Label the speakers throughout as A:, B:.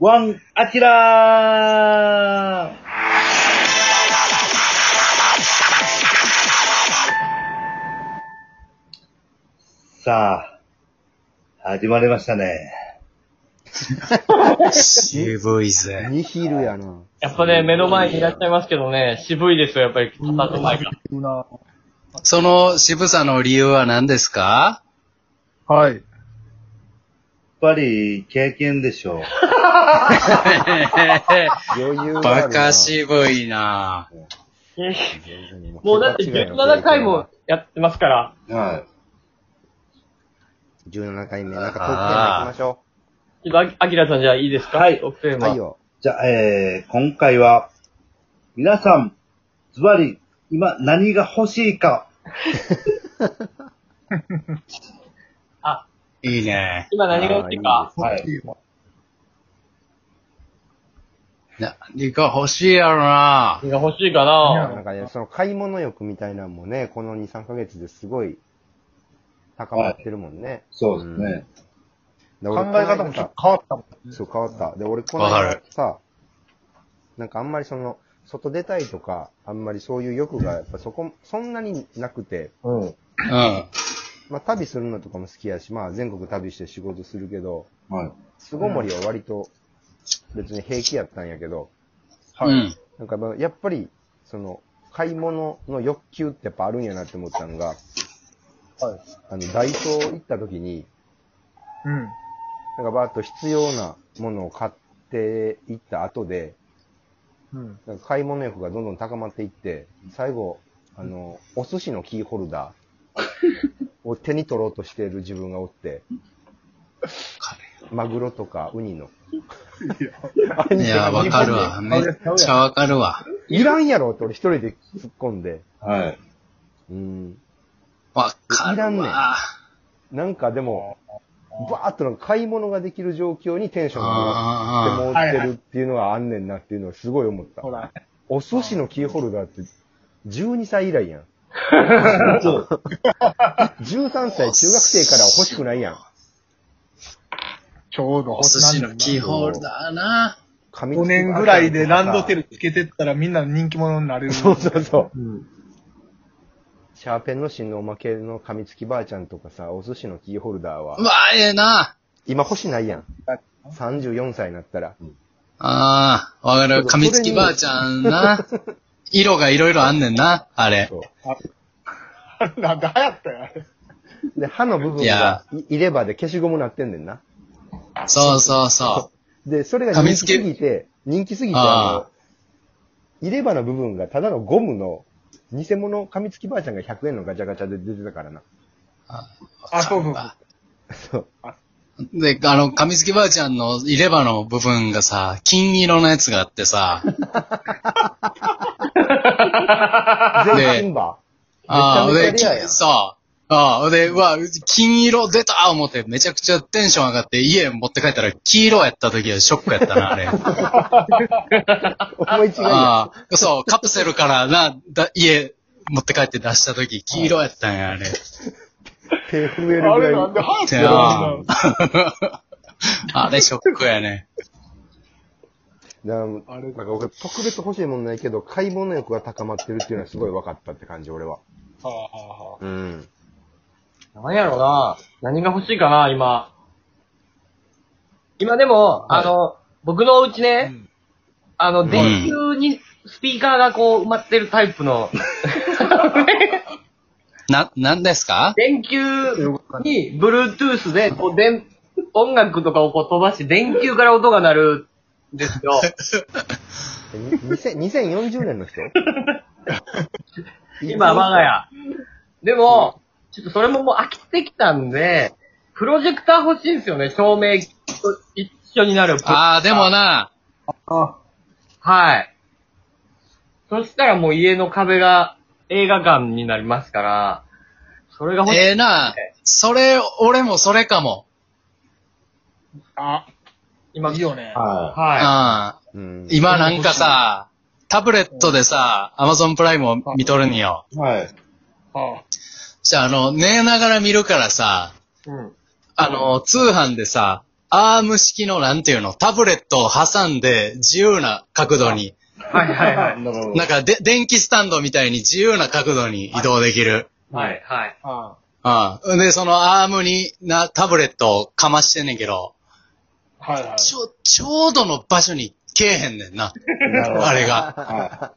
A: 4MC1 アキラーさあ、始まりましたね。
B: 渋いぜ。
C: ニヒルやな。
D: やっぱね、目の前にいらっしゃいますけどね、渋いですよ、やっぱり、パタッと 前が。
B: その渋さの理由は何ですか
E: はい。
A: やっぱり、経験でしょう。
C: 余裕がある
B: バ
C: な。
B: カ渋いな
D: もうだって17回も。やってますから、
A: は
C: 17回目、なんかトークテーマ行きましょ
D: ちょっと、あきらさんじゃあいいですかはい、奥テー
C: う。はい
D: マ。
C: よ。
A: い。じゃあ、えー、今回は、皆さん、ズバリ、今何が欲しいか、
D: あ、
B: いいね
D: 今何が起きか。
A: はい。
B: 何か欲しいやろな
D: 何が欲しいか
C: な
D: なん
C: かね、その買い物欲みたいなのもね、この2、3ヶ月ですごい高まってるもんね。
A: そうですね。
C: で
E: 考
C: 俺
E: え方もちょっと変わったもん。
C: そう、変わった。で、俺、こ
B: わ
C: の
B: かる
C: 間さ、なんかあんまりその、外出たいとか、あんまりそういう欲が、やっぱそこ、そんなになくて、
A: うん。
B: うん。
C: まあ旅するのとかも好きやし、まあ全国旅して仕事するけど、
A: はい。
C: 巣ごもりは割と別に平気やったんやけど、
E: はい
B: うん。
C: なんかまあやっぱり、その、買い物の欲求ってやっぱあるんやなって思ったのが、あの、ダイソー行った時に、
E: うん。
C: なんかバーッと必要なものを買っていった後で、
E: うん。
C: なんか買い物欲がどんどん高まっていって、最後、あの、お寿司のキーホルダーを手に取ろうとしている自分がおって、マグロとかウニの。
B: いや、わかるわ。めっちゃわかるわ。
C: いらんやろって俺一人で突っ込んで、
A: はい。
C: うん。
B: わか
C: いらん
B: る
C: ねん
B: わ。
C: なんかでも、バーッとなんか買い物ができる状況にテンションが上がっ
B: あ
C: てもうってるっていうのがあんねんなっていうのはすごい思った
E: ほ。ら。
C: お寿司のキーホルダーって12歳以来やん。
A: そう。
C: 13歳中学生からは欲しくないやん。
E: ちょうど
B: あ。お寿司のキーホルダーな
C: 紙
E: 5年ぐらいでランドセルつけてったらみんな人気者になれる。
C: そうそうそう。
A: うん。
C: シャーペンの芯のおまけの噛みつきばあちゃんとかさ、お寿司のキーホルダーは
B: う、わ、ええな
C: 今欲しないやん。34歳になったら。
B: ああ、わかる。噛みつきばあちゃんな色がいろいろあんねんな、あれ。
C: そう
E: なんで流行ったよ、あれ。
C: で、歯の部分
B: いや
C: がい入れ歯で消しゴムなってんねんな。
B: そうそうそ
C: で、それが
B: 噛み
C: 人
B: つ
C: 気
B: け
C: すぎて、人気すぎて、
B: あ
C: あの、入れ歯の部分がただのゴムの、偽物噛みつきばあちゃんが100円のガチャガチャで出てたからな。
B: う。
E: あ、そうそう
B: わかるわ
E: そ
C: そう。
B: で、あの、噛みつきばあちゃんの入れ歯の部分がさ、金色のやつがあって さ、
C: 全金歯
B: ああ、
C: めちゃ
B: で、
C: めちゃレアやん
B: きそう。ああ、で、うわ、金色出た思って、めちゃくちゃテンション上がって、家持って帰ったら、黄色やった時はショックやったな、 あれ。あ
C: 思い違いや。
B: あ、そう、カプセルからな、だ家持って帰って出した時、黄色やったんや、 あれ。
C: 手震えるぐ
E: う。
C: ら
E: あれ
C: い
E: な
C: の
E: んで流行った
B: い
E: よ
B: や
E: あんな。
B: あれ、ショックやね。
C: だからもうなんか僕、特別欲しいもんないけど、買い物欲が高まってるっていうのはすごい分かったって感じ、俺は。
E: はあはあは
C: うん。
D: 何やろな何が欲しいかな今。今でも、
B: はい
D: あの、僕のお家
E: あう
D: ね、
E: ん
D: あの、電球にスピーカーがこう埋まってるタイプの、
B: な、なんですか
D: 電球に Bluetooth でこう電音楽とかをこう飛ばして電球から音が鳴るんですよ。
C: えに2000 2040年の人
D: 今、我が家。でも、ちょっとそれももう飽きてきたんで、プロジェクター欲しいんですよね。照明と一緒になる。
B: ああ、でもな、
D: はい。そしたらもう家の壁が映画館になりますから、それが欲しい。
B: ええな、それ、俺もそれかも。
E: あ、
D: 今
E: いいよね。
A: は
D: は
B: ああ、
C: うん。
B: 今なんかさ、タブレットでさ、アマゾンプライムを見とるんよ。
A: い。はい。
E: はあ。
B: じゃあ、あの、寝ながら見るからさ、
D: い。うん。
B: あの、通販でさ、アーム式のなんていうの、タブレットを挟んで自由な角度に、
D: はいはいはい。
A: なる ほど
B: なんかで、電気スタンドみたいに自由な角度に移動できる。
D: はいはい。
E: あ
B: ああで、そのアームにな、タブレットをかましてんねんけど、
E: あはいはい。
B: ちょ、ちょうどの場所にけえへんねんな。
A: なるほど
B: あれが。
A: は
B: あ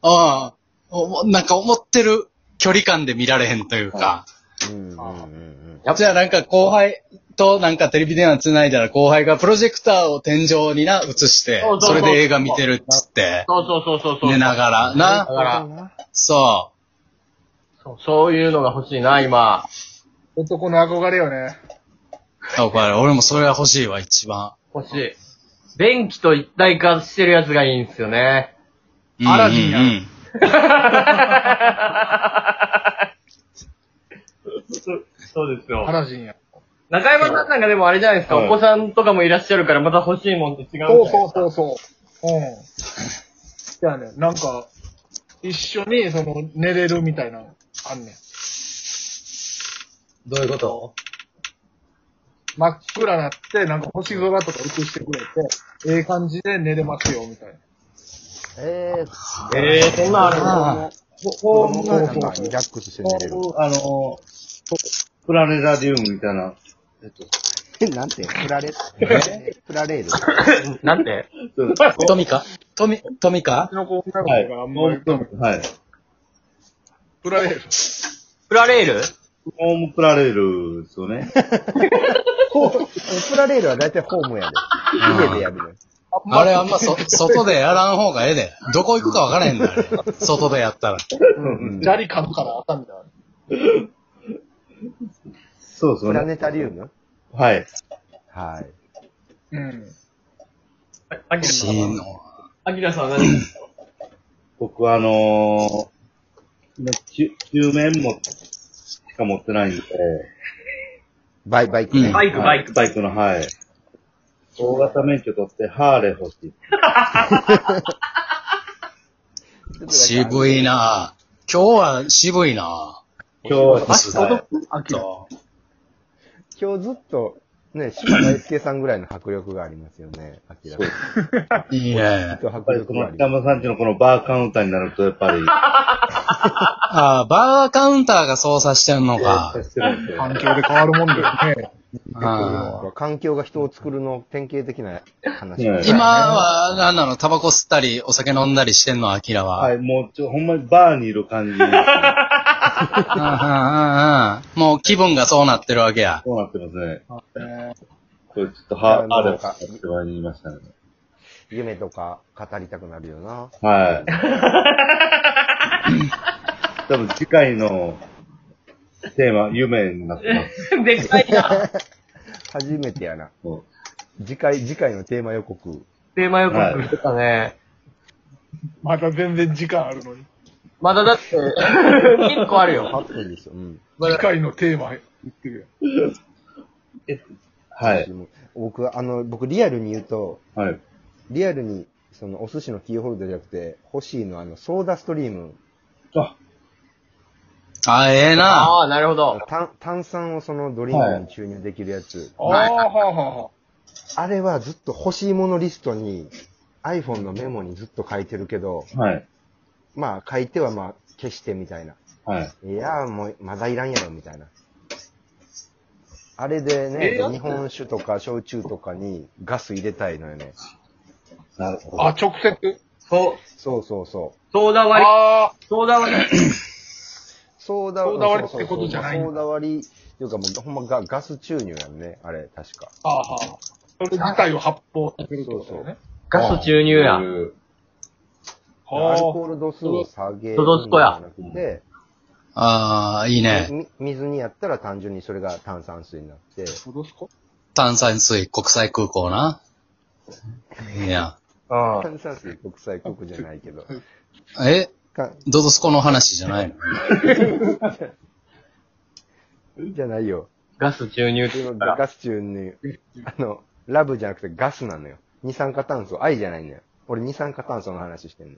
B: あおもなんか思ってる距離感で見られへんというか。
C: うんうんうんうん。
D: やっ
B: じゃあなんか後輩となんかテレビ電話繋いだら後輩がプロジェクターを天井にな、映して
D: そう、そう
B: そ
D: そう
B: れで映画見てるっつって、
D: そうそうそうそうそう。
B: 寝ながら
D: だ
B: な。
D: から、
B: そ
D: そうそういうのが欲しいな、今。
E: 男の憧れよね。
B: う。あこれ俺もそれが欲しいわ、一番。
D: 欲しい。電気と一体化してるやつがいいんですよね。
E: アラジンや
B: うんうんうん
D: そうですよ
E: アラジンや。
D: 中山さんなんかでもあれじゃないですか、
A: はい
D: お子さんとかもいらっしゃるからまた欲しいもんって違うんじゃない
E: そ
D: で
E: う
D: すか
E: そうそうそう。うん。じゃあね、なんか、一緒に、その、寝れるみたいなの、あんねん。
D: どういうこと
E: 真っ暗なって、なんか星空とか映してくれて、ええ感じで寝れますよ、みたいな。
C: えー、
D: ええー、そんなんあるの
A: こ
C: こ
A: う
C: う
A: な
C: なんん
A: か
C: か
A: こ
C: リラックスして寝れる。
A: うあの、プラネラリウムみたいな、えっと、
C: なんて、プラレ、プラレール。
D: なんて
B: トミカトミ、トミカ
E: うちの子女の
A: はい。
E: 子があんまり、
A: はい。
E: プラレール。
D: プラレール
A: ホームプラレールですよね。
C: プラレールは大体ホームやで。家でやるね。
B: あれあんまそ、外でやらん方がええで。どこ行くか分からへんだ、あれ。外でや ったら。
C: うん
E: 砂利噛むからあかんみたいな。
A: そうです
C: プ
A: よ
C: ラ
A: ね。
C: ネタリウム
A: はい。
C: はい。
E: うん。
D: あきら
B: し
D: さんは。
B: の。
D: あきらさんは何
A: 僕はあのー、ねきゅ救面も、しか持ってないんで、
C: バイ、バイクね。
B: うんバ
D: イク
A: はい
D: バイク
A: バイクの、はい。大型免許取って、ハーレー欲しい。
B: 渋いな今日は渋いな
A: 今日は、
B: そうだよ
E: あきら。
C: 今日ずっと、ね、島田 SK さんぐらいの迫力がありますよね、明らかに。
B: いいね。
C: ずっと
A: やっぱ
C: 迫
A: りこ
C: 力があ
A: の
C: り
A: 北
C: ま
A: 山さんちのこのバーカウンターになると、やっぱり、
B: ああ、バーカウンターが操作してんのか。
A: してるんですよ
E: 環境で変わるもんだよね。
B: ああ
C: す。環境が人を作るの典型的な話。
A: ね
B: 今は、なんなの、タバコ吸ったり、お酒飲んだりしてんの、アキラは。
A: はい、もうちょ、ほんまにバーにいる感じ。そ
B: うんうんうんうんもう気分がそうなってるわけや。
A: うなってますね。
E: ね
A: これちょっとハー
C: あの
A: レー欲しいって言われましたね。
C: 夢とか語りたくなるよな。
A: はい。多分次回のテーマ、夢になってます。
D: でっかいな。
C: 初めてやな。
A: も
C: 次回、次回のテーマ予告。
D: テーマよく言ってたね。
E: まだ全然時間あるのに。
D: まだだって、結構あるよ。
C: 8分ですよ。うん。
E: 次回のテーマ言ってる
A: うはい。
C: 僕、あの、僕リアルに言うと、
A: はい。
C: リアルに、その、お寿司のキーホルダーじゃなくて、欲しいのあの、ソーダストリーム。
A: あ、
B: ああ、ええな
D: ああ、なるほど。
C: 炭炭酸をそのドリンクに注入できるやつ。
E: やん。ああ、はあはあは
C: あれはずっと欲しいものリストに iPhone のメモにずっと書いてるけど、
A: はい。
C: まあ書いてはまあ消してみたいな。
A: はい。
C: いやーもうまだいらんやろみたいな。あれでね、
E: えー
C: 日本酒とか焼酎とかにガス入れたいのよね。
A: なるほど。
E: あ。あ、直接。
D: そう、
C: そうそうそう。
D: ソーダ割り、
E: ああ、
D: ソーダ割り。
C: ソーダ
E: ソーダ割りってことじゃない
C: そうそうそうソーダ割りっていうかもうほんまガガス注入やんね。あれ、確か。
E: はあはあ。それ自体を発泡させるってことだよね。
D: ガス注入や。
C: アル
E: は
C: コール度数を下げる
D: そうそ
C: ん
D: うそう
C: じ
D: や
C: ゃなくて、
B: ああ、いいね。
C: み水にやったら単純にそれが炭酸水になって、
E: あ。どうすか
B: 炭酸水国際空港な。いや。
D: うん。
C: 炭酸水国際国じゃないけど。
B: え
C: か
B: ドドスコの話じゃないの
C: じゃないよ。
D: ガス注入って言
C: 今
D: うから。
C: ガス中に、あの、ラブじゃなくてガスなのよ。二酸化炭素、愛じゃないのよ。俺二酸化炭素の話してんの。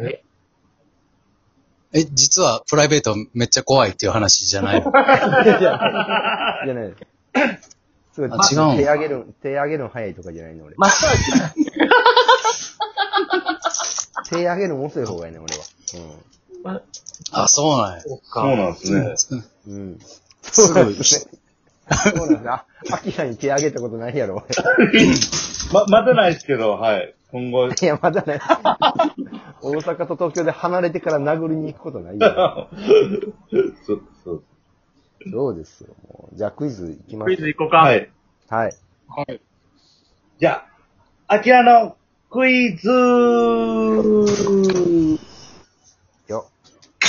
D: え
B: え、実はプライベ ートめっちゃ怖いっていう話じゃないの
C: じゃない。じゃない。すごい、
B: あ違うん
C: 手上げる、手上げるの早いとかじゃないの、俺。
D: マッサージ。
C: 手上げるの遅い方がいいね、俺は。
B: あ、そうなんや。
A: そうなんですね。
C: うん。うん。
B: すごい。
C: そうなんだ。アキさんに手上げたことないや ろ、俺。
A: ま、まだないですけど、はい。今後、
C: いや、まだね。大阪と東京で離れてから殴りに行くことないよ。
A: そうそう。
C: そうですよ。もうじゃあクイズ行きま
D: クイ
C: す。
D: ズ行こうか。
A: はい。
C: はい。
E: はい。
A: じゃあ、アキラのクイズ
C: よ。
A: さ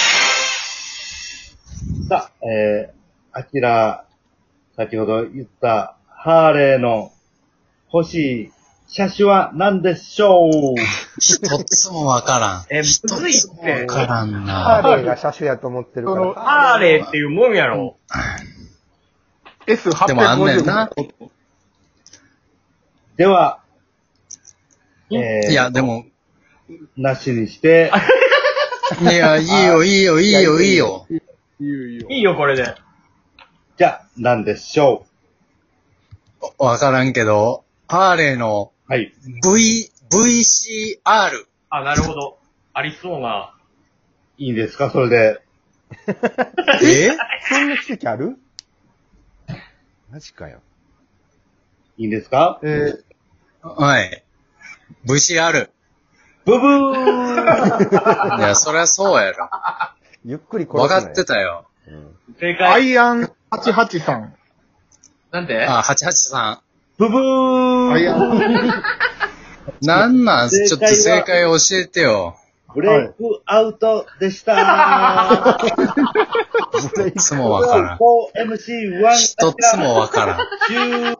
A: あ、えー、アキラ、先ほど言ったハーレーの欲しい車種は何でしょう
B: 一つもわからん。
D: え、む
B: 一つも
D: ずいって
B: わ。からん
C: ハ
B: な。
C: ーレーが車種やと思ってるか
E: その
C: ら。
D: ハーレーっていうもんやろ。
E: S850。
B: でもあんねんな。
A: では、えー、
B: いや、でも、
A: なしに して、
B: いや、いいよ、いいよ、いいよ、いいよ。
E: いいよいいよ。
D: いいよ、これで。
A: じゃあ、何でしょ
B: わからんけど、ハーレーの
A: うはい。
B: V、VCR。
D: あ、なるほど。ありそうな。
A: いいですかそれで。
B: え
C: そんな奇跡あるマジかよ。
A: いいんですか
E: えー、
B: はい。VCR。
A: ブブー
B: いや、そりゃそうやろ。
C: ゆっくり殺
B: わ
C: すな
B: か
C: よ
B: って。たよ。
C: うん
D: 正
E: ア
D: 解。
E: イアン883。
D: なんて
B: あ、883。
A: ブブ
E: アイ
A: ー
E: アン。
B: なんなんちょっと正
A: 正
B: 解教えてよ。
A: ブレイクアウトでした。
C: ブレイ
B: いつもわからん。
A: 4MC1
B: 一つもわからん。
A: 終